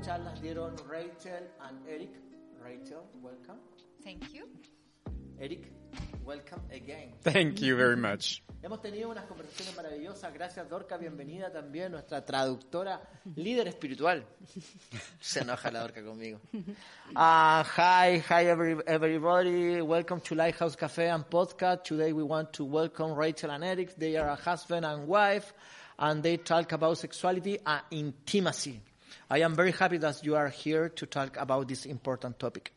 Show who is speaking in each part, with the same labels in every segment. Speaker 1: compartieron Rachel and Eric. Rachel, welcome.
Speaker 2: Thank you.
Speaker 1: Eric, welcome again.
Speaker 3: Thank you very much.
Speaker 1: Hemos tenido unas conversaciones maravillosas. Gracias, Dorca. Bienvenida también nuestra traductora, líder espiritual. Se enoja la Dorca conmigo. Ah, hi, hi every, everybody. Welcome to Lighthouse Cafe and Podcast. Today we want to welcome Rachel and Eric. They are a husband and wife, and they talk about sexuality and intimacy. I am very happy that you are here to talk about this important topic.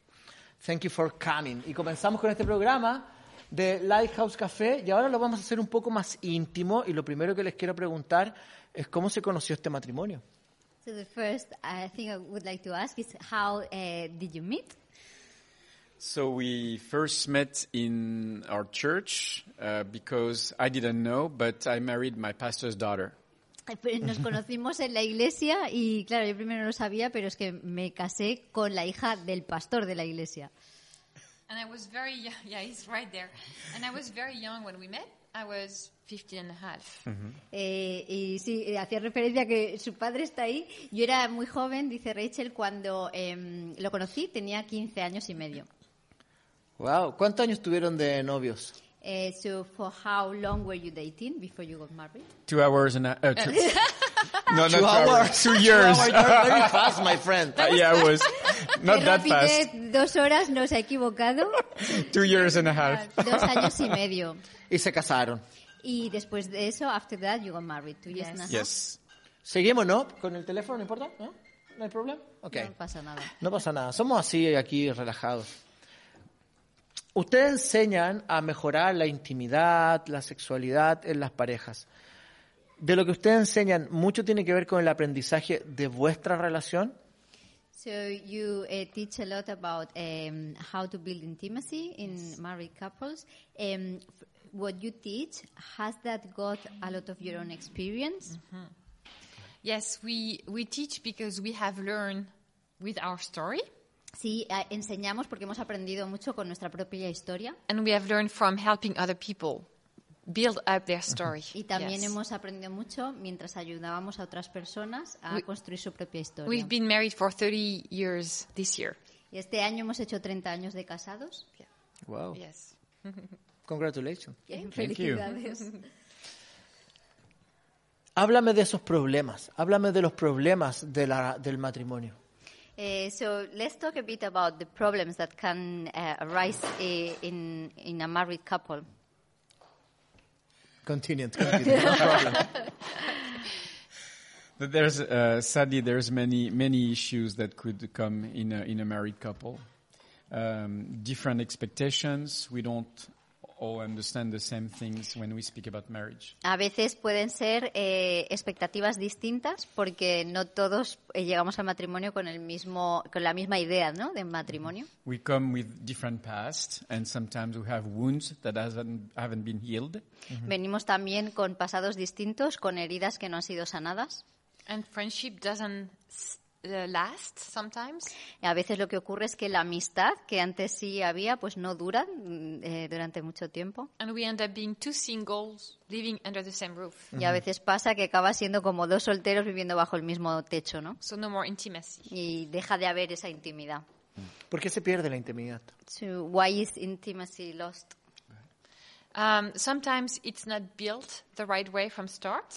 Speaker 1: Thank you for coming. Y comenzamos con este programa de Lighthouse Café y ahora lo vamos a hacer un poco más íntimo y lo primero que les quiero preguntar es cómo se conoció este matrimonio.
Speaker 2: So the first I think I would like to ask is how uh, did you meet?
Speaker 3: So we first met in our church uh, because I didn't know, but I married my pastor's daughter.
Speaker 2: Eh, pues Nos conocimos en la iglesia y claro, yo primero no lo sabía, pero es que me casé con la hija del pastor de la iglesia.
Speaker 4: And I was very young. Yeah, he's right there. And I was very young when we met. I was 15 and a half.
Speaker 2: Eh, y sí, eh, hacía referencia a que su padre está ahí. Yo era muy joven, dice Rachel, cuando em, lo conocí tenía 15 años y medio.
Speaker 1: Wow, ¿cuántos años tuvieron de novios?
Speaker 2: Eh, so for how long were you dating before you got married?
Speaker 3: Two hours and a, uh, two, no, not
Speaker 1: Two
Speaker 3: two
Speaker 1: hours.
Speaker 3: hours, two years.
Speaker 1: Wow, you're very fast, my friend.
Speaker 3: Uh, yeah, it was not
Speaker 2: Qué
Speaker 3: that
Speaker 2: rapidez,
Speaker 3: fast.
Speaker 2: dos horas, no se ha equivocado,
Speaker 3: Two years and a half.
Speaker 2: dos años y medio.
Speaker 1: Y se casaron.
Speaker 2: Y después de eso, after that, you got married two years and a half.
Speaker 3: Yes.
Speaker 1: Seguimos, ¿no? Con el teléfono, ¿no importa? ¿No? ¿No hay problema? Ok.
Speaker 2: No pasa nada.
Speaker 1: No pasa nada. Somos así aquí relajados. Ustedes enseñan a mejorar la intimidad, la sexualidad en las parejas. De lo que ustedes enseñan, mucho tiene que ver con el aprendizaje de vuestra relación.
Speaker 2: So you eh, teach a lot about em, how to build intimacy in married couples. Em, f- what you teach, has that got a lot of your own
Speaker 4: Mm-hmm.
Speaker 2: experience?
Speaker 4: Yes, we, we teach because we have learned with our story.
Speaker 2: Sí, eh, enseñamos porque hemos aprendido mucho con nuestra propia historia
Speaker 4: And we have learned from helping other people build up their story.
Speaker 2: y también
Speaker 4: Yes.
Speaker 2: hemos aprendido mucho mientras ayudábamos a otras personas a
Speaker 4: We-
Speaker 2: construir su propia historia.
Speaker 4: We've been married for 30 years this year.
Speaker 2: Y este año hemos hecho 30 años de casados.
Speaker 1: Wow.
Speaker 4: Yes.
Speaker 1: Congratulations.
Speaker 3: Thank you.
Speaker 2: Felicidades.
Speaker 1: Háblame de esos problemas. Háblame de los problemas de la- del matrimonio.
Speaker 2: Eh, so let's talk a bit about the problems that can eh, arise eh, in, in a married couple.
Speaker 1: Continue. continue.
Speaker 3: But there's uh, sadly there's many many issues that could come in a, in a married couple. Um, different expectations. We don't all understand the same things when we speak about marriage.
Speaker 2: A veces pueden ser eh, expectativas distintas porque no todos eh, llegamos al matrimonio con el mismo con la misma idea, ¿no? De matrimonio.
Speaker 3: We come with different past, and sometimes we have wounds that hasn't, haven't been healed.
Speaker 2: Venimos también con pasados distintos, con heridas que no han sido sanadas.
Speaker 4: And friendship doesn't s- uh, last sometimes.
Speaker 2: Eh, A veces lo que ocurre es que la amistad que antes sí había, pues no dura mm, eh, durante mucho tiempo.
Speaker 4: And we end up being two singles living under the same roof.
Speaker 2: Y a veces pasa que acaba siendo como dos solteros viviendo bajo el mismo techo, ¿no?
Speaker 4: So no more intimacy.
Speaker 2: Y deja de haber esa intimidad.
Speaker 1: ¿Por qué se pierde la intimidad?
Speaker 2: So why is intimacy lost?
Speaker 4: Um, sometimes it's not built the right way from start.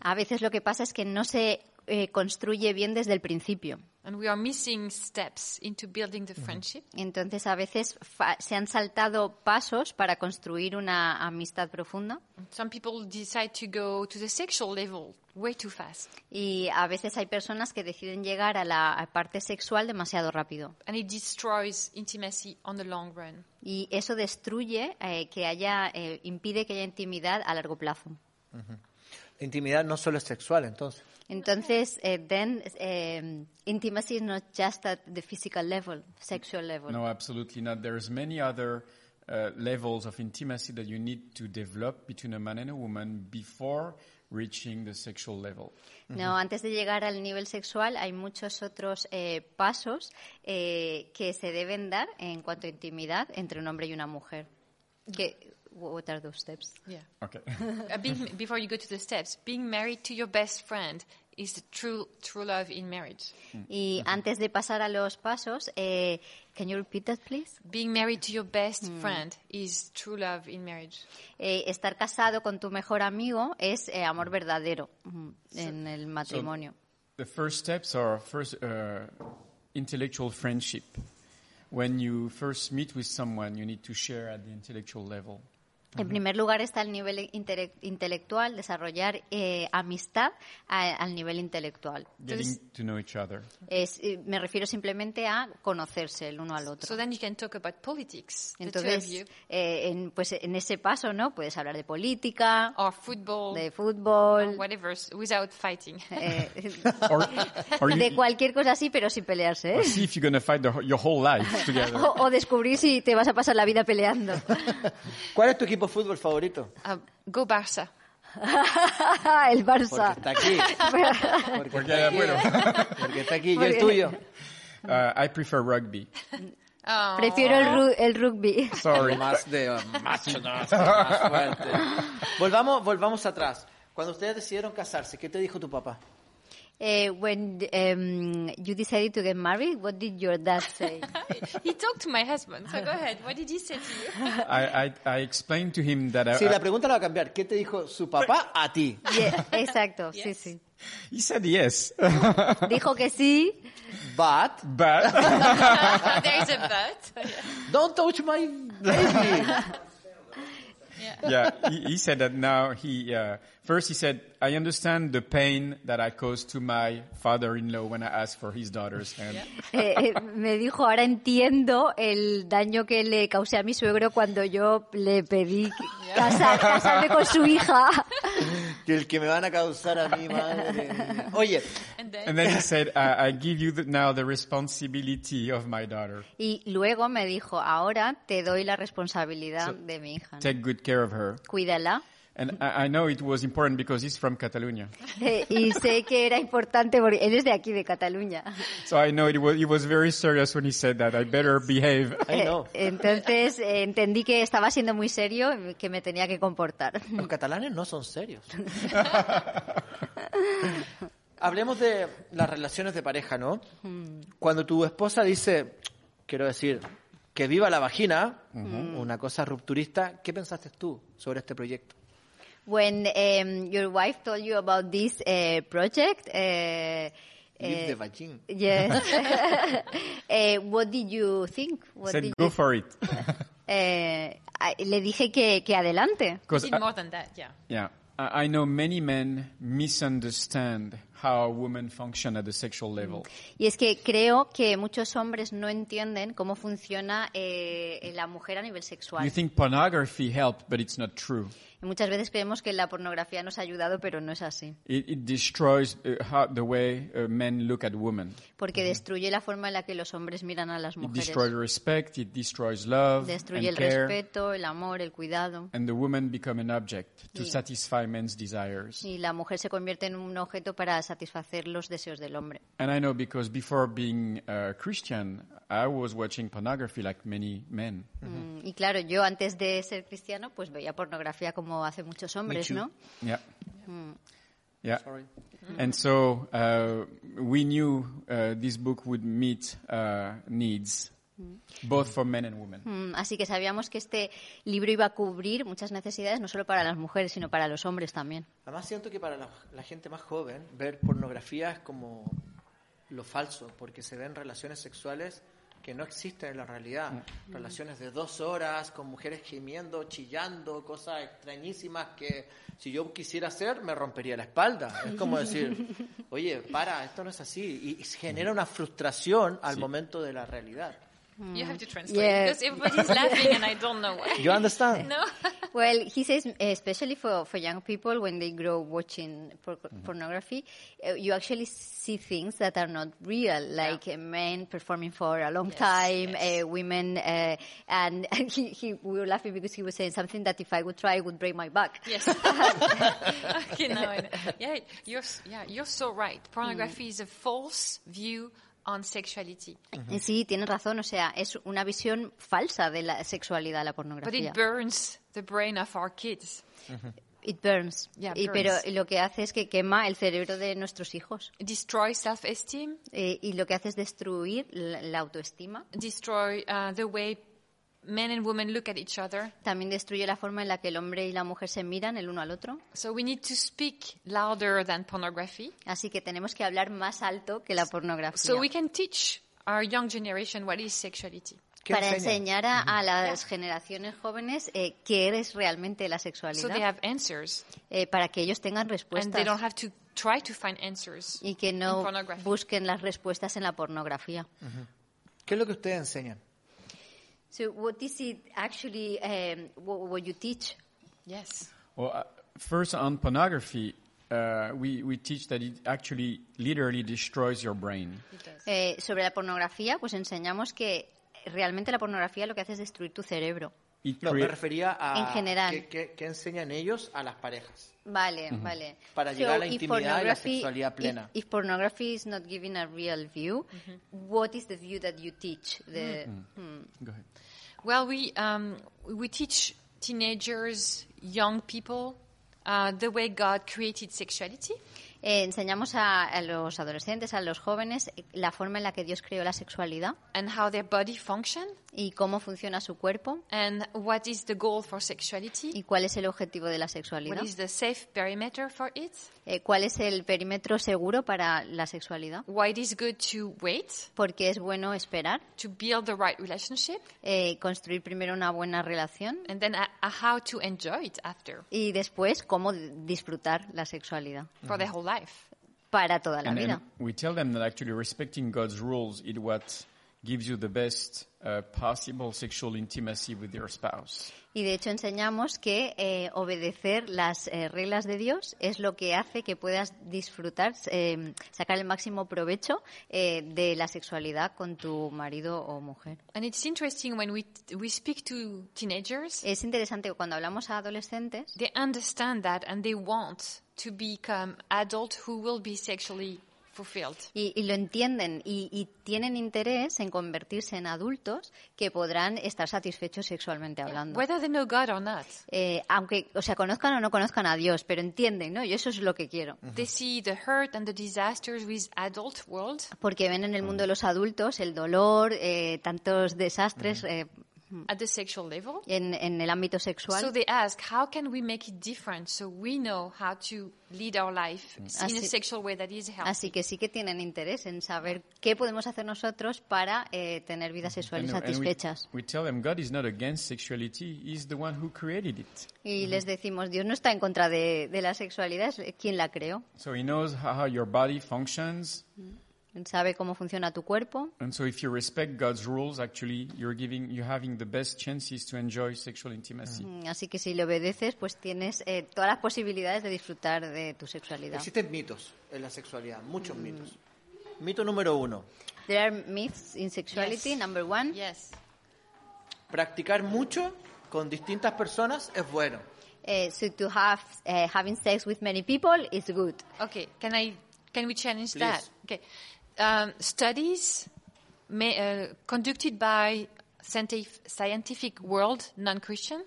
Speaker 2: A veces lo que pasa es que no se eh, construye bien desde el principio.
Speaker 4: And we are missing steps into building the friendship.
Speaker 2: Entonces a veces fa- se han saltado pasos para construir una amistad profunda
Speaker 4: Some people decide to go to the sexual level way too fast.
Speaker 2: y a veces hay personas que deciden llegar a la parte sexual demasiado rápido.
Speaker 4: And it destroys intimacy on the long run.
Speaker 2: Y eso destruye eh, que haya, eh, impide que haya intimidad a largo plazo.
Speaker 1: La intimidad no solo es sexual, entonces.
Speaker 2: Entonces, eh, then, eh, intimacy is not just at the physical level, sexual level.
Speaker 3: No, absolutely not. There's many other uh, levels of intimacy that you need to develop between a man and a woman before reaching the sexual level.
Speaker 2: No, antes de llegar al nivel sexual hay muchos otros eh, pasos eh, que se deben dar en cuanto a intimidad entre un hombre y una mujer. Que, what are those steps?
Speaker 4: Yeah.
Speaker 3: Okay.
Speaker 4: Uh, being, before you go to the steps, being married to your best friend is the true true love in marriage.
Speaker 2: Y antes de pasar a los pasos, eh, can you repeat that, please?
Speaker 4: Being married to your best friend is true love in marriage.
Speaker 2: Eh, estar casado con tu mejor amigo es eh, amor verdadero mm, en el
Speaker 3: So
Speaker 2: matrimonio.
Speaker 3: The first steps are first uh, intellectual friendship. When you first meet with someone, you need to share at the intellectual level.
Speaker 2: En primer lugar está el nivel intele- intelectual, desarrollar eh, amistad a- al nivel intelectual.
Speaker 3: Getting
Speaker 2: Entonces,
Speaker 3: to know each other.
Speaker 2: es- eh, me refiero simplemente a conocerse el uno al
Speaker 4: So
Speaker 2: otro.
Speaker 4: then you can talk about politics, the two of you,
Speaker 2: Entonces, eh, en, pues en ese paso, ¿no? Puedes hablar de política,
Speaker 4: or football,
Speaker 2: de
Speaker 4: or
Speaker 2: fútbol,
Speaker 4: whatever, s- without fighting.
Speaker 2: eh,
Speaker 3: Or, or you, Pues,
Speaker 2: de cualquier cosa así, pero sin pelearse, ¿eh?
Speaker 3: or see if you're going to fight the, wh- your whole life together.
Speaker 2: O, o descubrir si te vas a pasar la vida peleando.
Speaker 1: ¿Cuál es tu equipo de fútbol favorito?
Speaker 4: Uh, go Barça.
Speaker 2: el
Speaker 1: Porque
Speaker 2: Barça.
Speaker 1: está aquí. Porque,
Speaker 3: Porque
Speaker 1: está
Speaker 3: hay
Speaker 1: aquí. Porque está aquí. Yo
Speaker 2: Muy
Speaker 1: el
Speaker 2: bien.
Speaker 1: tuyo.
Speaker 3: Uh, I prefer rugby.
Speaker 4: Oh,
Speaker 2: Prefiero el, ru- el rugby.
Speaker 3: Sorry.
Speaker 1: Más de macho, no, más fuerte. Volvamos, volvamos atrás. Cuando ustedes decidieron casarse, ¿qué te dijo tu papá?
Speaker 2: Eh, when em, you decided to get married, what did your dad say?
Speaker 4: he talked to my husband. So go ahead. What did he say to you?
Speaker 3: I, I, I explained to him that I,
Speaker 1: Sí, la pregunta la va a cambiar. ¿Qué te dijo su papá a ti?
Speaker 2: Yeah, exacto, sí,
Speaker 4: Yes.
Speaker 2: sí.
Speaker 3: he said yes,
Speaker 2: Dijo que sí,
Speaker 1: But
Speaker 3: but
Speaker 4: there is a but.
Speaker 1: don't touch my baby.
Speaker 3: yeah, he, he said that now he uh, first he said I understand the pain that I caused to my father-in-law when I asked for his daughter's hand.
Speaker 2: Eh, eh, me dijo, ahora entiendo el daño que le causé a mi suegro cuando yo le pedí que- casar- casarme con su hija.
Speaker 1: Que el que me van a causar a mi madre. Oye,
Speaker 2: Eh,
Speaker 4: And then,
Speaker 3: And then he said, I, I give you the, now the responsibility of my daughter.
Speaker 2: Y luego me dijo, ahora te doy la responsabilidad de mi hija. ¿no?
Speaker 3: Take good care of her.
Speaker 2: Cuídala.
Speaker 3: And I, I know it was important because he's from Catalonia.
Speaker 2: Eh, y sé que era importante porque él es de aquí, de Cataluña.
Speaker 3: So I know it was, he was very serious when he said that. I better behave.
Speaker 1: I know.
Speaker 2: Eh, entonces eh, entendí que estaba siendo muy serio, y que me tenía que comportar.
Speaker 1: Los catalanes no son serios. Hablemos de las relaciones de pareja, ¿no? Cuando tu esposa dice, quiero decir, que viva la vagina, una cosa rupturista, ¿qué pensaste tú sobre este proyecto?
Speaker 2: When em, your wife told you about this eh, project, eh,
Speaker 1: Live
Speaker 2: eh,
Speaker 1: the vagina.
Speaker 2: yes. Eh, what did you think? What
Speaker 3: said,
Speaker 2: did
Speaker 3: go
Speaker 2: you-
Speaker 3: for it.
Speaker 2: Eh, ah, le dije que, que adelante.
Speaker 3: Because,
Speaker 4: did more than that, yeah.
Speaker 3: yeah, I, I know many men misunderstand how women function at the sexual
Speaker 2: Mm,
Speaker 3: level.
Speaker 2: Y es que creo que muchos hombres no entienden cómo funciona eh, la mujer a nivel sexual.
Speaker 3: You think pornography helped, but it's not true.
Speaker 2: Muchas veces creemos que la pornografía nos ha ayudado, pero no es así,
Speaker 3: It, it destroys uh, how, the way uh, men look at women.
Speaker 2: porque destruye la forma en la que los hombres miran a las
Speaker 3: Mm-hmm. It destroys
Speaker 2: mujeres.
Speaker 3: respect, it destroys love,
Speaker 2: Destruye
Speaker 3: and
Speaker 2: el
Speaker 3: care.
Speaker 2: respeto, el amor, el cuidado.
Speaker 3: and the women become an object to
Speaker 2: Yeah.
Speaker 3: satisfy men's desires.
Speaker 2: Y la mujer se convierte en un objeto para satisfacer los deseos del hombre.
Speaker 3: And I know because before being a Christian, I was watching pornography like many men.
Speaker 2: Mm, Y claro, yo antes de ser cristiano, pues veía pornografía como hace muchos hombres,
Speaker 1: too.
Speaker 2: ¿no?
Speaker 3: Yeah.
Speaker 2: Mm.
Speaker 3: Yeah. Mm-hmm. And so uh, we knew uh, this book would meet uh, needs, both for men and women.
Speaker 2: Mm, Así que sabíamos que este libro iba a cubrir muchas necesidades, no solo para las mujeres, sino para los hombres también.
Speaker 1: Además siento que para la, la gente más joven ver pornografía es como lo falso, porque se ven relaciones sexuales que no existen en la realidad. Relaciones de dos horas con mujeres gimiendo, chillando, cosas extrañísimas que si yo quisiera hacer me rompería la espalda. Es como decir, oye, para, esto no es así. Y, y genera una frustración al momento de la realidad.
Speaker 4: You have to translate
Speaker 2: Yeah.
Speaker 4: because everybody's laughing and I don't know why.
Speaker 1: You understand?
Speaker 4: No.
Speaker 2: Well, he says, especially for, for young people, when they grow watching por- pornography, uh, you actually see things that are not real, like uh, men performing for a long
Speaker 4: Yes,
Speaker 2: time,
Speaker 4: yes.
Speaker 2: Uh, women, uh, and, and he, he, we were laughing because he was saying something that if I would try, it would break my back.
Speaker 4: Yes. okay, now I know. Yeah, you're s- yeah, you're so right. Pornography is a false view on sexuality,
Speaker 2: Y Eh, Sí, tienes razón, o sea, es una visión falsa de la sexualidad, la
Speaker 4: but
Speaker 2: pornografía.
Speaker 4: it burns the brain of our kids.
Speaker 2: It burns.
Speaker 4: Yeah,
Speaker 2: Y-
Speaker 4: burns.
Speaker 2: pero lo que hace es que quema el cerebro de nuestros hijos.
Speaker 4: destroy self-esteem,
Speaker 2: Eh, y lo que hace es destruir la, la autoestima.
Speaker 4: destroy uh, the way men and women look at each other.
Speaker 2: También destruye la forma en la que el hombre y la mujer se miran el uno al otro.
Speaker 4: So we need to speak louder than pornography,
Speaker 2: Así que tenemos que hablar más alto que la pornografía.
Speaker 4: so we can teach our young generation what is sexuality.
Speaker 1: ¿Qué
Speaker 2: para
Speaker 1: enseña?
Speaker 2: enseñar a, a las generaciones jóvenes eh, qué es realmente la
Speaker 4: So
Speaker 2: sexualidad,
Speaker 4: they have answers,
Speaker 2: eh, para que ellos tengan
Speaker 4: and they don't
Speaker 2: respuestas
Speaker 4: have to try to find answers.
Speaker 2: y que no
Speaker 4: in pornography.
Speaker 2: busquen las respuestas en la pornografía.
Speaker 1: ¿Qué es lo que ustedes enseñan?
Speaker 2: So what is it actually um, what, what you teach?
Speaker 4: Yes.
Speaker 3: Well, uh, first on pornography, uh, we we teach that it actually literally destroys your brain.
Speaker 2: Eh, sobre la pornografía, pues enseñamos que realmente la pornografía lo que hace es destruir tu cerebro.
Speaker 3: It
Speaker 1: No, me
Speaker 3: crea-
Speaker 1: refería a...
Speaker 2: En general.
Speaker 1: ¿Qué, qué- qué enseñan ellos a las parejas?
Speaker 2: Vale, vale.
Speaker 1: Para llegar a la
Speaker 2: if
Speaker 1: intimidad y la
Speaker 2: pornography-
Speaker 1: sexualidad
Speaker 2: if-
Speaker 1: plena.
Speaker 2: If, pornography is not giving a real view, what is the view that you teach? The,
Speaker 1: Mm.
Speaker 2: Hmm.
Speaker 3: Go ahead.
Speaker 4: Well, we um, we teach teenagers, young people, uh, the way God created sexuality.
Speaker 2: Eh, enseñamos a, a los adolescentes, a los jóvenes, eh, la forma en la que Dios creó la sexualidad
Speaker 4: and how their body function
Speaker 2: y cómo funciona su cuerpo
Speaker 4: and what is the goal for sexuality
Speaker 2: y cuál es el objetivo de la
Speaker 4: what
Speaker 2: sexualidad,
Speaker 4: is the safe perimeter for it
Speaker 2: Eh, cuál es el perímetro seguro para la sexualidad,
Speaker 4: why it is good to wait
Speaker 2: porque es bueno esperar,
Speaker 4: to build the right relationship
Speaker 2: eh, construir primero una buena relación
Speaker 4: and then uh, uh, how to enjoy it after
Speaker 2: y después cómo d- disfrutar la sexualidad
Speaker 4: for their whole life
Speaker 2: para toda la
Speaker 3: And, and
Speaker 2: vida.
Speaker 3: we tell them that actually respecting God's rules is what gives you the best uh, possible sexual intimacy with your spouse.
Speaker 2: Y de hecho enseñamos que eh, obedecer las eh, reglas de Dios es lo que hace que puedas disfrutar, eh, sacar el máximo provecho eh, de la sexualidad con tu marido o mujer.
Speaker 4: and it's interesting when we we speak to teenagers
Speaker 2: Es interesante que cuando hablamos a adolescentes,
Speaker 4: they understand that and they want to become adult who will be sexually fulfilled
Speaker 2: y, y lo entienden y, y tienen interés en convertirse en adultos que podrán estar satisfechos sexualmente hablando.
Speaker 4: whether they know God or not
Speaker 2: Eh, aunque, o sea, conozcan o no conozcan a Dios, pero entienden, ¿no? Yo eso es lo que quiero.
Speaker 4: they see the hurt and the disasters with adult world
Speaker 2: Porque ven en el mundo de los adultos el dolor, eh, tantos desastres eh,
Speaker 4: at the sexual level
Speaker 2: en, en el ámbito sexual.
Speaker 4: So they ask, how can we make it different so we know how to lead our life in a
Speaker 2: Así-
Speaker 4: sexual way that is healthy?
Speaker 2: Así que sí que tienen interés en saber qué podemos hacer nosotros para eh, tener vidas sexuales
Speaker 3: And- and we,
Speaker 2: satisfechas.
Speaker 3: we tell them God is not against sexuality; He's the one who created it.
Speaker 2: Y les decimos, Dios no está en contra de, de la sexualidad, es quien la creó.
Speaker 3: So He knows how, how your body functions,
Speaker 2: Él Sabe cómo funciona tu cuerpo.
Speaker 3: and so if you respect God's rules, actually, you're giving you're having the best chances to enjoy sexual intimacy.
Speaker 4: Mm-hmm.
Speaker 2: Mm, Así que si le obedeces, pues tienes eh, todas las posibilidades de disfrutar de tu sexualidad.
Speaker 1: Existen mitos en la sexualidad, muchos mitos. Mito número uno,
Speaker 2: There are myths in sexuality,
Speaker 4: Yes.
Speaker 2: number one.
Speaker 4: Yes.
Speaker 1: practicar mucho con distintas personas es bueno.
Speaker 2: Eh, so to have eh, having sex with many people is good.
Speaker 4: Okay. Can I? Can we challenge
Speaker 1: Please.
Speaker 4: that? Okay. Um, studies ma- uh, conducted by scientif- scientific world non-Christian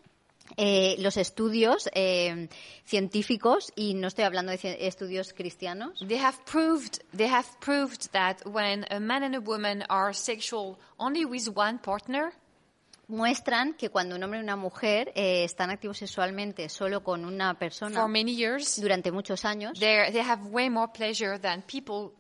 Speaker 2: Eh, los estudios eh, científicos, y no estoy hablando de cien- estudios cristianos,
Speaker 4: they have proved they have proved that when a man and a woman are sexual only with one partner
Speaker 2: muestran que cuando un hombre y una mujer eh, están activos sexualmente solo con una persona
Speaker 4: for many years,
Speaker 2: durante muchos años,
Speaker 4: they they have way more pleasure than people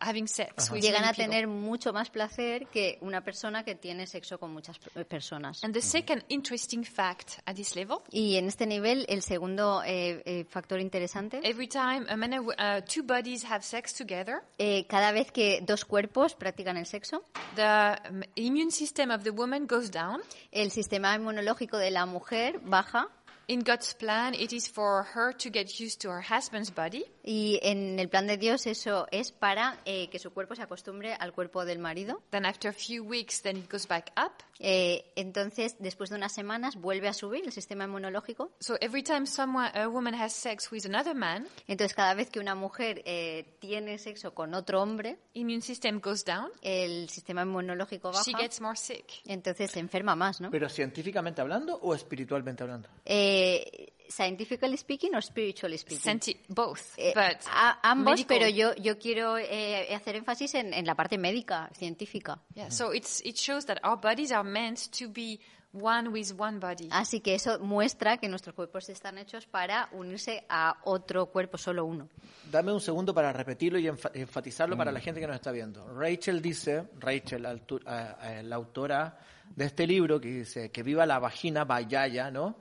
Speaker 4: having sex with
Speaker 2: llegan
Speaker 4: many
Speaker 2: a
Speaker 4: people.
Speaker 2: tener mucho más placer que una persona que tiene sexo con muchas per- personas.
Speaker 4: And the second interesting fact at this level,
Speaker 2: Y en este nivel, el segundo eh, eh, factor interesante,
Speaker 4: every time a man and w- uh, two bodies have sex together,
Speaker 2: eh, cada vez que dos cuerpos practican el sexo,
Speaker 4: the um, immune system of the woman goes down.
Speaker 2: El sistema inmunológico de la mujer baja
Speaker 4: In God's plan, it is for her to get used to her husband's body,
Speaker 2: y en el plan de Dios eso es para eh, que su cuerpo se acostumbre al cuerpo del marido.
Speaker 4: then after a few weeks, then it goes back up.
Speaker 2: Eh, entonces, después de unas semanas, vuelve a subir el sistema inmunológico.
Speaker 4: So every time someone, a woman has sex with another man,
Speaker 2: Entonces, cada vez que una mujer eh, tiene sexo con otro hombre,
Speaker 4: immune system goes down.
Speaker 2: el sistema inmunológico baja.
Speaker 4: She gets more sick.
Speaker 2: Entonces, se enferma más, ¿no?
Speaker 1: Pero científicamente hablando o espiritualmente hablando.
Speaker 2: Eh, scientifically speaking or spiritually speaking.
Speaker 4: Senti- both,
Speaker 2: Eh,
Speaker 4: but
Speaker 2: a- ambos,
Speaker 4: medical-
Speaker 2: pero yo, yo quiero eh, hacer énfasis en, en la parte médica, científica.
Speaker 4: Yeah, so it's it shows that our bodies are meant to be one with one body.
Speaker 2: Así que eso muestra que nuestros cuerpos están hechos para unirse a otro cuerpo, solo uno.
Speaker 1: Dame un segundo para repetirlo y enfa- enfatizarlo para la gente que nos está viendo. Rachel dice, Rachel, altu- a- a- la autora de este libro, que dice que viva la vagina, vayaya, ¿no?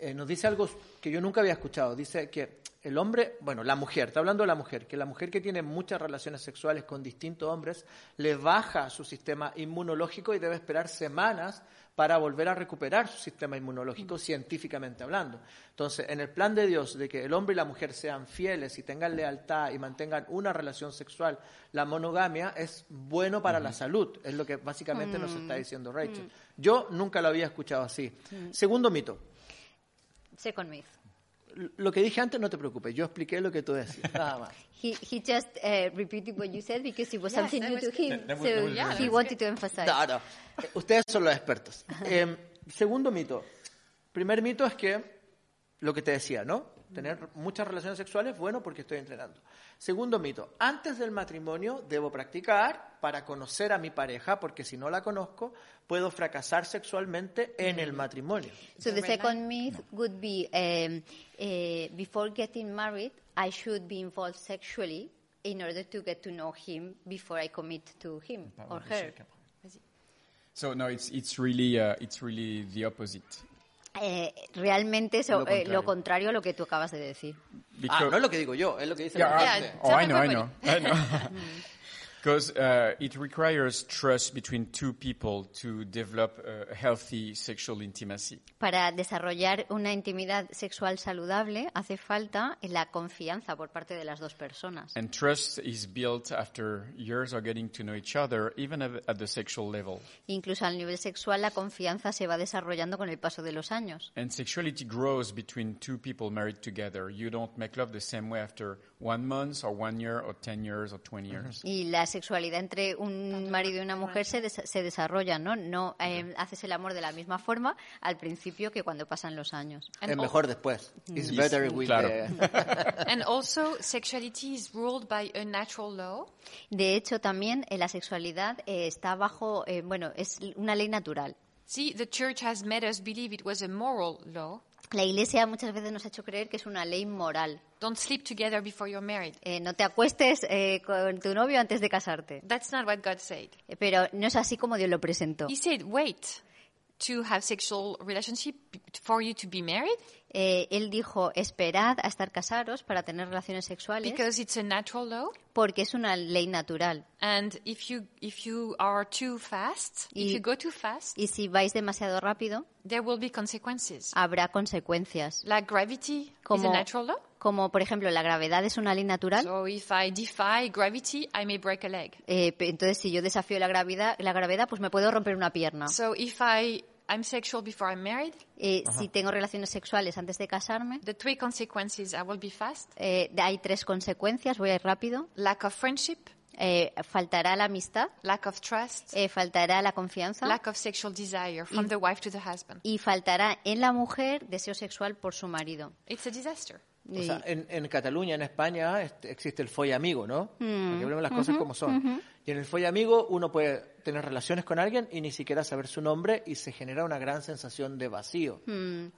Speaker 1: Eh, nos dice algo que yo nunca había escuchado. Dice que el hombre, bueno, la mujer, está hablando de la mujer, que la mujer que tiene muchas relaciones sexuales con distintos hombres le baja su sistema inmunológico y debe esperar semanas para volver a recuperar su sistema inmunológico científicamente hablando. Entonces, en el plan de Dios de que el hombre y la mujer sean fieles y tengan lealtad y mantengan una relación sexual, la monogamia es bueno para la salud, es lo que básicamente nos está diciendo Rachel. Yo nunca lo había escuchado así. Segundo mito,
Speaker 2: Second myth.
Speaker 1: L- lo que dije antes no te preocupes, yo expliqué lo que tú decías, nada más.
Speaker 2: He, he just eh, repeated what you said because it was
Speaker 4: Yes,
Speaker 2: something
Speaker 4: that
Speaker 2: new
Speaker 4: was
Speaker 2: to
Speaker 4: good.
Speaker 2: him.
Speaker 3: That- that was- that
Speaker 2: so
Speaker 3: was
Speaker 4: Yeah, really
Speaker 2: he
Speaker 4: good.
Speaker 2: wanted to emphasize.
Speaker 1: No, no. Eh, Ustedes son los expertos. Eh, segundo mito. Primer mito es que lo que te decía, ¿no? Tener muchas relaciones sexuales, bueno, porque estoy entrenando. Segundo mito. Antes del matrimonio debo practicar para conocer a mi pareja, porque si no la conozco, puedo fracasar sexualmente en el matrimonio.
Speaker 2: So
Speaker 4: The red
Speaker 2: the
Speaker 4: line?
Speaker 2: second myth would be um, uh, before getting married, I should be involved sexually in order to get to know him before I commit to him or her.
Speaker 3: So no, it's it's really uh, it's really the opposite.
Speaker 2: Eh, realmente eso,
Speaker 3: Lo
Speaker 2: eh,
Speaker 3: contrario.
Speaker 2: lo contrario a lo que tú acabas de decir.
Speaker 1: Ah,
Speaker 3: Because-
Speaker 1: no es lo que digo yo, es lo que dice
Speaker 3: Yeah,
Speaker 1: la
Speaker 4: Yeah,
Speaker 3: I-
Speaker 1: gente.
Speaker 3: oh,
Speaker 4: tell
Speaker 3: I know, I know,
Speaker 4: everybody. Mm.
Speaker 3: I know. Because uh, it requires trust between two people to develop a healthy sexual intimacy.
Speaker 2: Para desarrollar una intimidad sexual saludable hace falta la confianza por parte de las dos personas.
Speaker 3: And trust is built after years of getting to know each other, even at, at the sexual level.
Speaker 2: Incluso al nivel sexual la confianza se va desarrollando con el paso de los años.
Speaker 3: And sexuality grows between two people married together. You don't make love the same way after one month or one year or ten years or twenty years.
Speaker 2: Y la sexualidad entre un marido y una mujer se, des- se desarrolla, ¿no? No eh, haces el amor de la misma forma al principio que cuando pasan los años.
Speaker 4: And,
Speaker 1: Es
Speaker 4: al-
Speaker 1: mejor después. It's better with
Speaker 3: claro.
Speaker 1: the-
Speaker 4: and also, sexuality is ruled by a natural law.
Speaker 2: De hecho, también eh, la sexualidad eh, está bajo, eh, bueno, es una ley natural.
Speaker 4: See, the church has made us believe it was a moral law.
Speaker 2: La Iglesia muchas veces nos ha hecho creer que es una ley moral.
Speaker 4: Don't sleep together before you're married.
Speaker 2: Eh, no te acuestes eh, con tu novio antes de casarte.
Speaker 4: That's not what God said.
Speaker 2: Eh, Pero no es así como Dios lo presentó.
Speaker 4: He said, wait to have sexual relationship b- for you to be married
Speaker 2: Eh, él dijo, esperad a estar casados para tener relaciones sexuales
Speaker 4: because it's a natural law.
Speaker 2: porque es una ley natural.
Speaker 4: And if you if you are too fast, if
Speaker 2: Y-
Speaker 4: you go too fast,
Speaker 2: Y si vais demasiado rápido,
Speaker 4: there will be consequences.
Speaker 2: habrá consecuencias.
Speaker 4: Like gravity is a
Speaker 2: Ah. Como,
Speaker 4: natural law.
Speaker 2: como, por ejemplo, la gravedad es una ley natural.
Speaker 4: So if I defy gravity, I may break a leg.
Speaker 2: eh, pe- entonces, si yo desafío la gravedad, la gravedad, pues me puedo romper una pierna.
Speaker 4: So if I I'm sexual before I'm married,
Speaker 2: Eh, si tengo relaciones sexuales antes de casarme,
Speaker 4: the three consequences I will be fast,
Speaker 2: eh, hay tres consecuencias. Voy a ir rápido.
Speaker 4: lack of friendship,
Speaker 2: Eh, faltará la amistad,
Speaker 4: lack of trust,
Speaker 2: eh, faltará la confianza
Speaker 4: lack of sexual desire from the wife to the husband.
Speaker 2: y faltará en la mujer deseo sexual por su marido.
Speaker 4: It's a disaster.
Speaker 1: O
Speaker 2: Y-
Speaker 1: sea, eh, en, en Cataluña, en España, este, existe el folle amigo, ¿no? Porque hablemos las cosas como son. Y en el folle amigo uno puede tener relaciones con alguien y ni siquiera saber su nombre y se genera una gran sensación de vacío.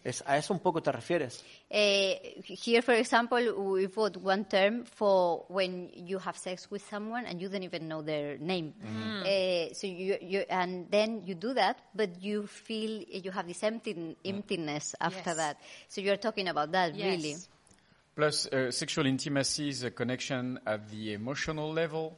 Speaker 1: Es, a eso un poco te refieres.
Speaker 2: Eh, here, for example, we put one term for when you have sex with someone and you don't even know their name. Eh, so you, you, and then you do that, but you feel you have this empty, emptiness after
Speaker 4: Yes.
Speaker 2: that. So you're talking about that,
Speaker 4: Yes.
Speaker 2: really.
Speaker 3: Plus, uh, sexual intimacy is a connection at the emotional level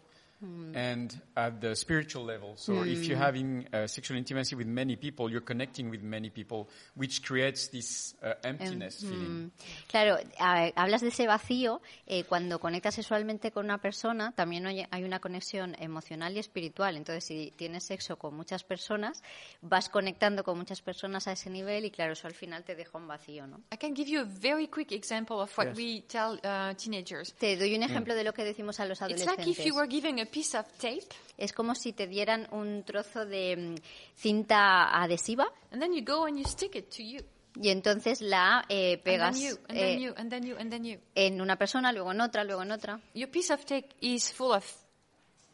Speaker 3: and at the spiritual level. So, if you're having uh, sexual intimacy with many people, you're connecting with many people, which creates this uh,
Speaker 2: hmm.
Speaker 3: emptiness feeling.
Speaker 2: Em, mm, Claro, a- hablas de ese vacío. eh, cuando conectas sexualmente con una persona, también hay, hay una conexión emocional y espiritual. Entonces, si tienes sexo con muchas personas, vas conectando con muchas personas a ese nivel y, claro, eso al final te deja un vacío, ¿no?
Speaker 4: I can give you a very quick example of what we tell uh, teenagers.
Speaker 2: Te doy un ejemplo de lo que decimos a los
Speaker 4: It's like if
Speaker 2: adolescentes.
Speaker 4: you were giving a piece of tape
Speaker 2: Es como si te dieran un trozo de mm, cinta adhesiva
Speaker 4: and then you go and you stick it to you.
Speaker 2: Y entonces la A, eh,
Speaker 4: and
Speaker 2: pegas
Speaker 4: then you, and
Speaker 2: eh,
Speaker 4: then you, and then you, and then you.
Speaker 2: en una persona, luego en otra, luego en otra.
Speaker 4: Your piece of cake is full of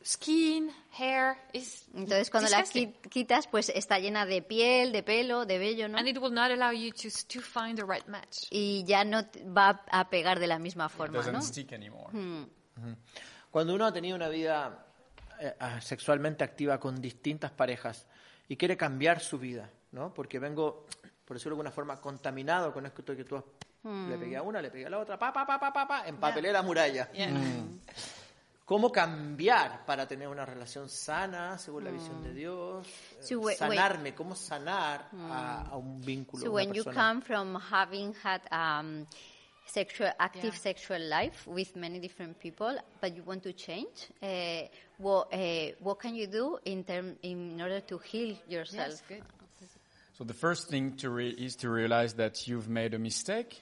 Speaker 4: skin, hair, is
Speaker 2: Entonces cuando la
Speaker 4: disgusting.
Speaker 2: qui- quitas, pues está llena de piel, de pelo, de vello, ¿no?
Speaker 4: and it will not allow you to s- to find the right match.
Speaker 2: Y ya no te- va a pegar de la misma
Speaker 3: It
Speaker 2: forma,
Speaker 3: doesn't
Speaker 2: ¿no?
Speaker 3: stick anymore.
Speaker 1: Cuando uno ha tenido una vida eh, ah, sexualmente activa con distintas parejas y quiere cambiar su vida, ¿no? Porque vengo, por decirlo de alguna forma, contaminado con esto que tú has- le
Speaker 2: Mm.
Speaker 1: pegué a una, le pegué a la otra, pa, pa, pa, pa, pa, pa, empapelé la muralla. Mm.
Speaker 4: Yeah.
Speaker 1: ¿Cómo cambiar para tener una relación sana, según la visión
Speaker 2: Mm.
Speaker 1: de Dios? Eh,
Speaker 2: So whe-
Speaker 1: Sanarme, ¿cómo sanar a, a un vínculo?
Speaker 2: So
Speaker 1: a una
Speaker 2: Mm. when you
Speaker 1: persona?
Speaker 2: come from having had um, sexual active
Speaker 4: Yeah.
Speaker 2: sexual life with many different people, but you want to change, uh, what uh, what can you do in term in order to heal yourself?
Speaker 4: Yes, good.
Speaker 3: So the first thing to re- is to realize that you've made a mistake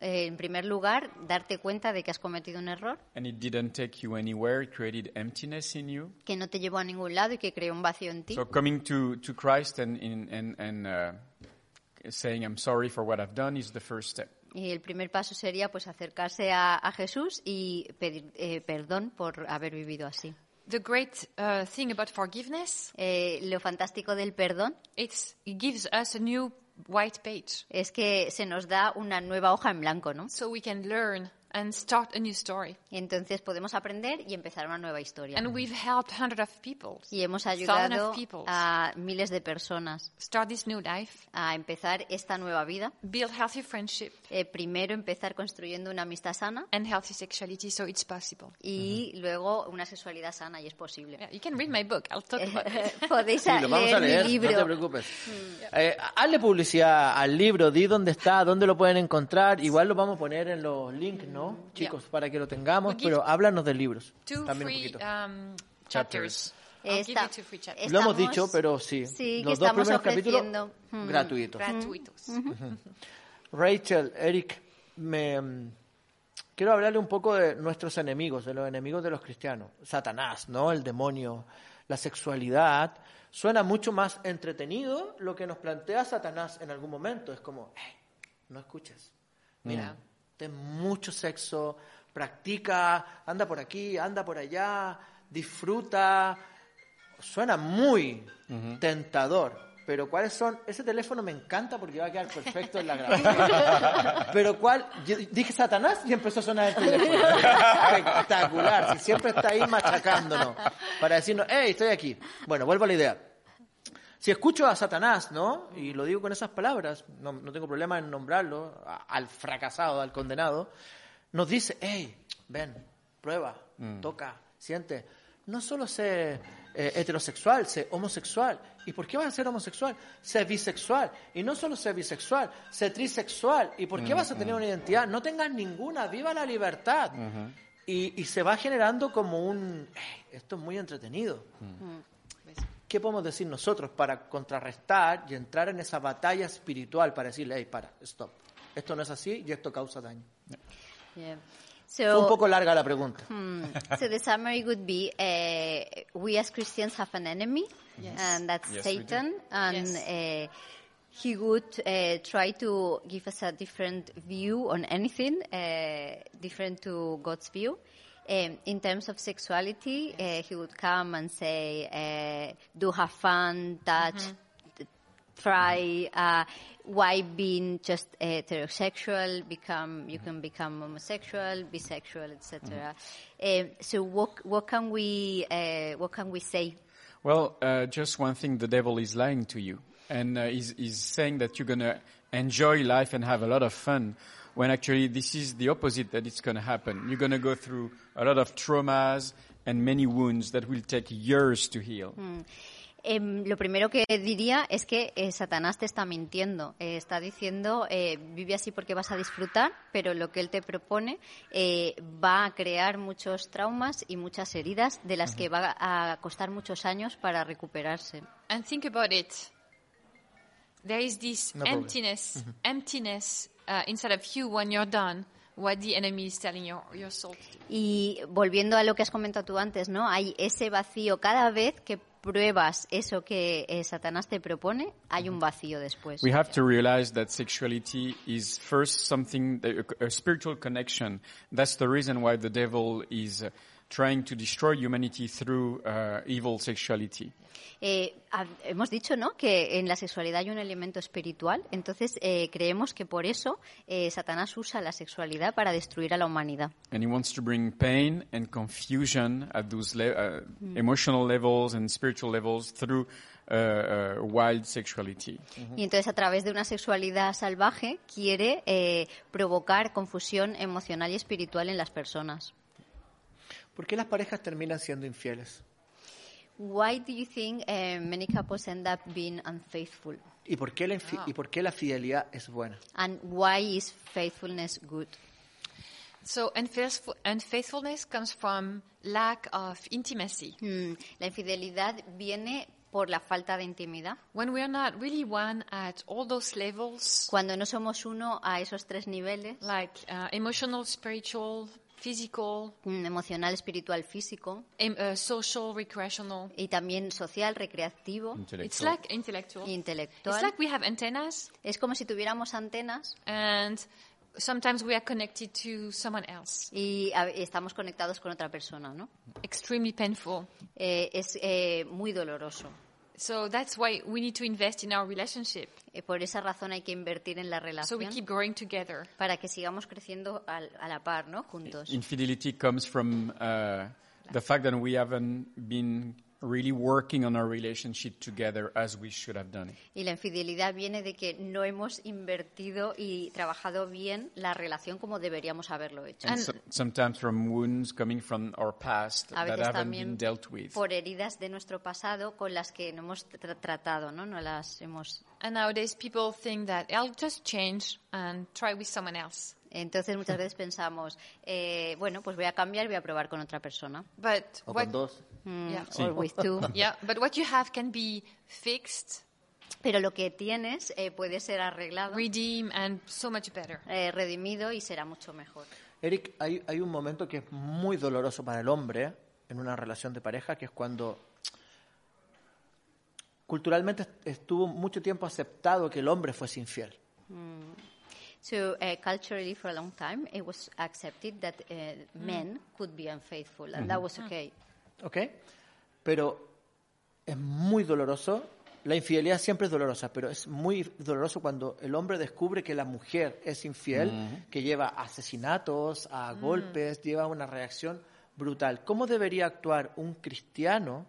Speaker 2: Eh, en primer lugar, darte cuenta de que has cometido un error
Speaker 3: and it didn't take you anywhere. It created emptiness in you.
Speaker 2: que no te llevó a ningún lado y que creó un vacío en ti.
Speaker 3: So coming to, to Christ and, in, and, and uh, saying, I'm sorry for what I've done is the first step.
Speaker 2: y el primer paso sería pues acercarse a, a Jesús y pedir eh, perdón por haber vivido así.
Speaker 4: The great uh, thing about forgiveness,
Speaker 2: Eh, lo fantástico del perdón
Speaker 4: it's, it gives us a new white page,
Speaker 2: es que se nos da una nueva hoja en blanco, ¿no?
Speaker 4: so we can learn and start a new story.
Speaker 2: Entonces podemos aprender y empezar una nueva historia.
Speaker 4: And we've helped hundreds of people
Speaker 2: Y hemos
Speaker 4: Thousand
Speaker 2: ayudado
Speaker 4: of peoples.
Speaker 2: a miles de personas
Speaker 4: start this new life,
Speaker 2: a empezar esta nueva vida.
Speaker 4: build healthy friendship
Speaker 2: Eh, primero empezar construyendo una amistad sana
Speaker 4: and healthy sexuality, so it's possible.
Speaker 2: y luego una sexualidad sana y es posible.
Speaker 4: Yeah, you can read my book. I'll talk about it.
Speaker 2: Podéis
Speaker 1: Sí, lo vamos
Speaker 2: leer,
Speaker 1: a leer,
Speaker 2: mi
Speaker 1: no te
Speaker 2: libro.
Speaker 1: preocupes. Eh, hazle publicidad al libro, di dónde está, dónde lo pueden encontrar. Igual lo vamos a poner en los links, ¿no? Chicos, para que lo tengamos,
Speaker 4: We give
Speaker 1: pero háblanos de libros.
Speaker 4: Two
Speaker 1: También un
Speaker 4: free
Speaker 1: poquito.
Speaker 4: um, chapters. I'll give
Speaker 2: Esta-
Speaker 4: you two free chapters.
Speaker 1: Lo hemos
Speaker 2: uh, estamos-
Speaker 1: dicho, pero sí.
Speaker 2: sí, que
Speaker 1: los dos
Speaker 2: estamos
Speaker 1: primeros capítulos
Speaker 2: ofreciendo. Mm.
Speaker 1: gratuitos.
Speaker 4: Gratuitos.
Speaker 1: Rachel, Eric, me, mm, quiero hablarle un poco de nuestros enemigos, de los enemigos de los cristianos. Satanás, ¿no? El demonio, la sexualidad. Suena mucho más entretenido lo que nos plantea Satanás en algún momento. Es como, "Hey, no escuches. Mira, ten mucho sexo, practica, anda por aquí, anda por allá, disfruta. Suena muy tentador. Pero ¿cuáles son? Ese teléfono me encanta porque va a quedar perfecto en la grabación. Pero ¿cuál? Yo dije Satanás y empezó a sonar el teléfono. Espectacular. Si siempre está ahí machacándonos para decirnos, hey, estoy aquí. Bueno, vuelvo a la idea. Si escucho a Satanás, ¿no? Y lo digo con esas palabras, no, no tengo problema en nombrarlo, a- al fracasado, al condenado, nos dice, hey, ven, prueba, toca, siente. No solo sé eh, heterosexual, sé homosexual. ¿Y por qué vas a ser homosexual? Sé bisexual. Y no solo sé bisexual, sé trisexual. ¿Y por qué vas a tener una identidad? No tengas ninguna, viva la libertad. y, y se va generando como un, "Hey, esto es muy entretenido. ¿Qué podemos decir nosotros para contrarrestar y entrar en esa batalla espiritual para decirle, hey, para, stop, esto no es así y esto causa daño?
Speaker 2: Yeah.
Speaker 1: Fue un
Speaker 2: So-
Speaker 1: poco larga la pregunta.
Speaker 2: Mm. so the summary would be uh, we as Christians have an enemy, and that's
Speaker 3: Yes, we do.
Speaker 2: Satan, and uh, he would uh, try to give us a different view on anything, uh, different to God's view. Um, in terms of sexuality, uh, he would come and say, uh, "Do have fun, touch." t- Try uh, why being just heterosexual become you can become homosexual, bisexual, etc. Um, so what what can we uh, what can we say
Speaker 3: Well, uh, just one thing, the devil is lying to you. And uh, he's, he's saying that you're going to enjoy life and have a lot of fun, when actually this is the opposite that it's going to happen. You're going to go through a lot of traumas and many wounds that will take years to heal.
Speaker 2: Em, lo primero que diría es que eh, Satanás te está mintiendo. Eh, está diciendo, eh, vive así porque vas a disfrutar, pero lo que él te propone eh, va a crear muchos traumas y muchas heridas de las que va a costar muchos años para recuperarse.
Speaker 4: And think about it. There is this
Speaker 1: No problem. Mm-hmm.
Speaker 4: emptiness, emptiness uh, inside of you when you're done. What the enemy is telling your your soul to do.
Speaker 2: Y volviendo a lo que has comentado tú antes, ¿no? Hay ese vacío cada vez que pruebas eso que eh, Satanás te propone, hay un vacío después.
Speaker 3: We have to realize that sexuality is first something, a, a spiritual connection. That's the reason why the devil is uh, trying to destroy humanity through uh, evil sexuality.
Speaker 2: Eh, hab- hemos dicho, ¿no?, que en la sexualidad hay un elemento espiritual, entonces eh, creemos que por eso eh, Satanás usa la sexualidad para destruir a la humanidad.
Speaker 3: And he wants to bring pain and confusion at those le- uh,
Speaker 4: Hmm.
Speaker 3: emotional levels and spiritual levels through uh, uh, wild sexuality.
Speaker 2: Y entonces a través de una sexualidad salvaje quiere eh, provocar confusión emocional y espiritual en las personas.
Speaker 1: ¿Por qué las parejas terminan siendo infieles?
Speaker 2: Why do you think eh, many couples end up being unfaithful?
Speaker 1: ¿Y por qué la, infi- y por qué la fidelidad es buena?
Speaker 2: And why is faithfulness good?
Speaker 4: So unfaithful, unfaithfulness comes from lack of intimacy.
Speaker 2: Hmm, La infidelidad viene por la falta de intimidad.
Speaker 4: When we are not really one at all those levels,
Speaker 2: Cuando no somos uno a esos tres niveles,
Speaker 4: like uh, emotional, spiritual, physical,
Speaker 2: hmm, emocional, espiritual, físico,
Speaker 4: em- uh, social, recreational,
Speaker 2: y también social, recreativo,
Speaker 4: it's like intellectual.
Speaker 2: e
Speaker 4: It's
Speaker 2: intelectual,
Speaker 4: like we have antennas,
Speaker 2: es como si tuviéramos antenas
Speaker 4: and sometimes we are connected to someone else.
Speaker 2: y a- estamos conectados con otra persona, ¿no?
Speaker 4: Extremely painful.
Speaker 2: Eh, es eh, muy doloroso.
Speaker 4: So that's why we need to invest in our relationship
Speaker 2: Eh, por esa razón hay que invertir en la
Speaker 4: so we
Speaker 2: relación
Speaker 4: keep growing together.
Speaker 2: para que sigamos creciendo al- a la par, ¿no? Juntos.
Speaker 3: Infidelity comes from uh, the fact that we haven't been really working on our relationship together as we should have done.
Speaker 2: Y la infidelidad viene de que no hemos invertido y trabajado bien la relación como deberíamos haberlo hecho.
Speaker 3: And so- sometimes from wounds coming from our past
Speaker 2: A
Speaker 3: that
Speaker 2: veces
Speaker 3: haven't been
Speaker 2: también
Speaker 3: dealt with.
Speaker 2: por heridas de nuestro pasado con las que no hemos tra- tratado, ¿no? No las hemos.
Speaker 4: And nowadays people think that I'll just change and try with someone else.
Speaker 2: Entonces muchas veces pensamos, eh, bueno, pues voy a cambiar y voy a probar con otra persona. Mm,
Speaker 4: But
Speaker 1: O
Speaker 4: what
Speaker 1: con dos.
Speaker 4: yeah.
Speaker 2: Or with two.
Speaker 4: yeah, but what you have can be fixed,
Speaker 2: Pero lo que tienes eh, puede ser arreglado,
Speaker 4: redeemed and so much better.
Speaker 2: eh, redimido y será mucho mejor.
Speaker 1: Eric, hay, hay un momento que es muy doloroso para el hombre en una relación de pareja, que es cuando culturalmente estuvo mucho tiempo aceptado que el hombre fuese infiel.
Speaker 2: So uh, culturally, for a long time, it was accepted that uh, men could be unfaithful, and that was okay.
Speaker 1: ¿Ok? Pero es muy doloroso. La infidelidad siempre es dolorosa, pero es muy doloroso cuando el hombre descubre que la mujer es infiel, que lleva a asesinatos, a golpes, lleva una reacción brutal. ¿Cómo debería actuar un cristiano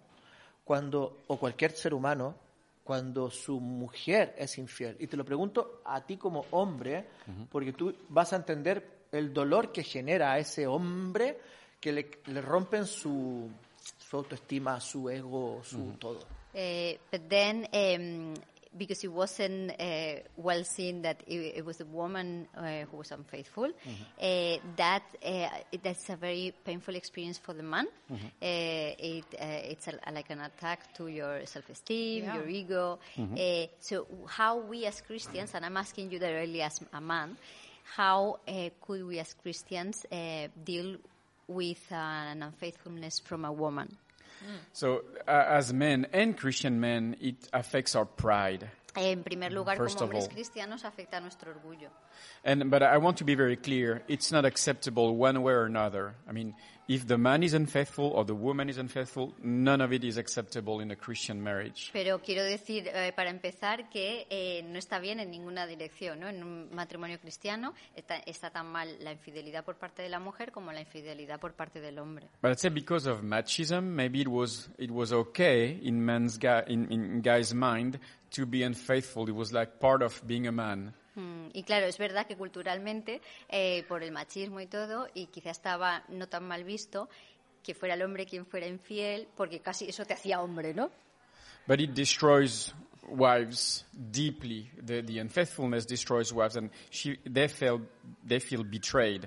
Speaker 1: cuando o cualquier ser humano cuando su mujer es infiel? Y te lo pregunto a ti como hombre, porque tú vas a entender el dolor que genera a ese hombre que le, le rompen su, su autoestima, su ego, su todo.
Speaker 2: Uh, but then, um, because it wasn't uh, well seen that it, it was a woman uh, who was unfaithful, uh, that uh, it- that's a very painful experience for the man. Uh, it, uh, it's a, like an attack to your self-esteem,
Speaker 4: Yeah.
Speaker 2: your ego. Uh, so, how we as Christians, and I'm asking you directly as a man, how uh, could we as Christians uh, deal with an unfaithfulness from a woman?
Speaker 3: So, uh, as men and Christian men, it affects our pride.
Speaker 2: En primer lugar,
Speaker 3: Mm, First
Speaker 2: como
Speaker 3: of
Speaker 2: hombres
Speaker 3: all.
Speaker 2: cristianos afecta a nuestro orgullo.
Speaker 3: And but I want to be very clear: it's not acceptable one way or another. I mean, if the man is unfaithful or the woman is unfaithful, none of it is acceptable in a Christian marriage.
Speaker 2: Pero quiero decir, eh, para empezar, que eh, no está bien en ninguna dirección. ¿no? En un matrimonio cristiano está, está tan mal la infidelidad por parte de la mujer como la infidelidad por parte del hombre.
Speaker 3: But I'd say because of machism, maybe it was it was okay in man's guy in, in guy's mind to be unfaithful. It was like part of being a man.
Speaker 2: Mm, Y claro, es verdad que culturalmente, eh, por el machismo y todo, y quizá estaba no tan mal visto que fuera el hombre quien fuera infiel, porque casi eso te hacía hombre, ¿no?
Speaker 3: But it destroys wives deeply. The, the unfaithfulness destroys wives, and she, they feel they feel betrayed.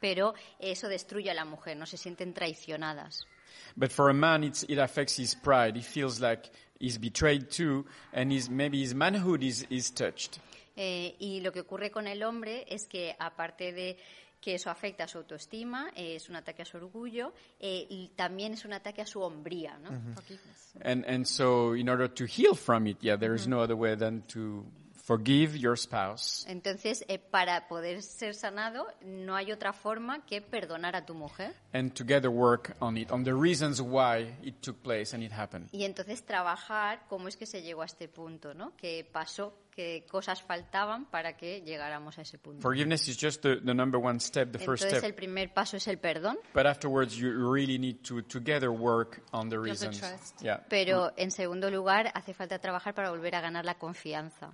Speaker 2: Pero eso destruye a la mujer, no se sienten traicionadas.
Speaker 3: But for a man, it's, it affects his pride. He feels like he's betrayed too, and his, maybe his manhood is, is touched.
Speaker 2: Eh, y lo que ocurre con el hombre es que, aparte de que eso afecta a su autoestima, eh, es un ataque a su orgullo eh, y también es un ataque a su hombría, ¿no?
Speaker 4: Forgiveness.
Speaker 3: And, and so, in order to heal from it, yeah, there is no other way than to forgive your spouse
Speaker 2: Entonces, eh, para poder ser sanado, no hay otra forma que perdonar a tu mujer
Speaker 3: and together work on it, on the reasons why it took place and it happened.
Speaker 2: y entonces trabajar cómo es que se llegó a este punto, ¿no? ¿Qué pasó? ¿Qué cosas faltaban para que llegáramos a ese punto?
Speaker 3: Forgiveness is just the, the number one step, the first
Speaker 2: Entonces, el
Speaker 3: step.
Speaker 2: primer paso es el perdón,
Speaker 3: But afterwards, you really need to together work on the reasons.
Speaker 4: trust.
Speaker 3: Yeah.
Speaker 2: pero en segundo lugar hace falta trabajar para volver a ganar la confianza.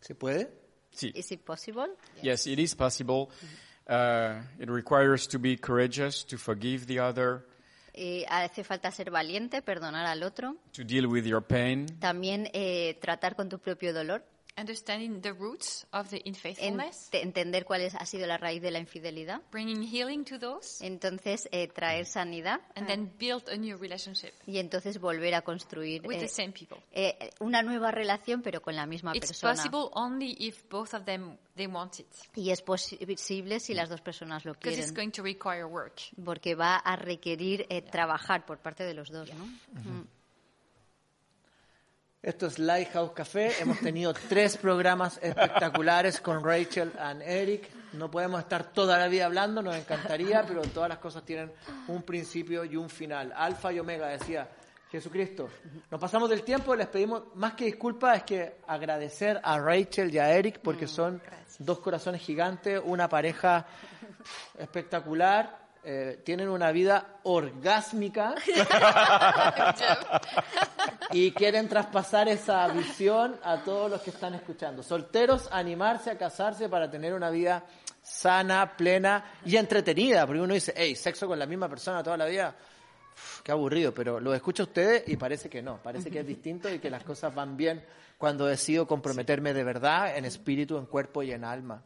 Speaker 1: ¿Se puede?
Speaker 3: See.
Speaker 2: ¿Es imposible?
Speaker 3: Yes, it is possible. Uh, it requires to be courageous, to forgive the other,
Speaker 2: Eh, hace falta ser valiente, perdonar al otro,
Speaker 3: to deal with your pain,
Speaker 2: también eh, tratar con tu propio dolor,
Speaker 4: Understanding the roots of the
Speaker 2: en-
Speaker 4: unfaithfulness,
Speaker 2: te- entender cuál es- ha sido la raíz de la infidelidad,
Speaker 4: bringing healing to those,
Speaker 2: entonces eh,
Speaker 4: Mm.
Speaker 2: traer sanidad
Speaker 4: and then build a new relationship
Speaker 2: y entonces volver a construir
Speaker 4: with
Speaker 2: eh,
Speaker 4: the same people.
Speaker 2: eh, una nueva relación pero con la misma
Speaker 4: It's
Speaker 2: persona.
Speaker 4: possible only if both of them they want it,
Speaker 2: Y es posible si las dos personas lo
Speaker 4: because it's going
Speaker 2: quieren,
Speaker 4: to require work.
Speaker 2: porque va a requerir eh, trabajar por parte de los dos, ¿no?
Speaker 1: Esto es Lighthouse Café. Hemos tenido tres programas espectaculares con Rachel and Eric. No podemos estar toda la vida hablando, nos encantaría, pero todas las cosas tienen un principio y un final. Alfa y Omega, decía Jesucristo. Nos pasamos del tiempo, les pedimos más que disculpas, es que agradecer a Rachel y a Eric porque son dos corazones gigantes, una pareja espectacular. eh, tienen una vida orgásmica y quieren traspasar esa visión a todos los que están escuchando. Solteros, animarse a casarse para tener una vida sana, plena y entretenida. Porque uno dice, hey, sexo con la misma persona toda la vida. Uf, qué aburrido, pero lo escucho a ustedes y parece que no. Parece que es distinto y que las cosas van bien cuando decido comprometerme de verdad en espíritu, en cuerpo y en alma.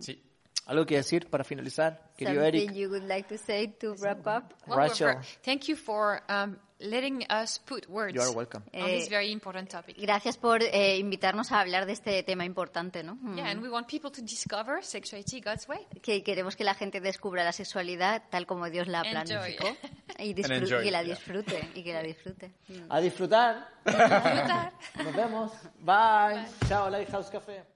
Speaker 3: See.
Speaker 1: ¿Algo que decir para finalizar, querido
Speaker 2: Something
Speaker 1: Eric?
Speaker 2: you would like to say to wrap up?
Speaker 4: Well, we're
Speaker 1: Rachel.
Speaker 4: ver- thank you for um, letting us put words
Speaker 1: You are welcome.
Speaker 4: on this
Speaker 2: Eh,
Speaker 4: very important topic.
Speaker 2: Gracias por eh, invitarnos a hablar de este tema importante, ¿no? Mm.
Speaker 4: Yeah, and we want people to discover sexuality God's way.
Speaker 2: Que queremos que la gente descubra la sexualidad tal como Dios la
Speaker 4: Enjoy.
Speaker 2: planificó y, disfru-
Speaker 3: And enjoy
Speaker 2: y la
Speaker 3: it, yeah.
Speaker 2: disfrute y que la disfrute. Mm.
Speaker 1: Eh. A disfrutar.
Speaker 4: Good luck.
Speaker 1: Nos vemos. Bye. Chao, Lighthouse Café.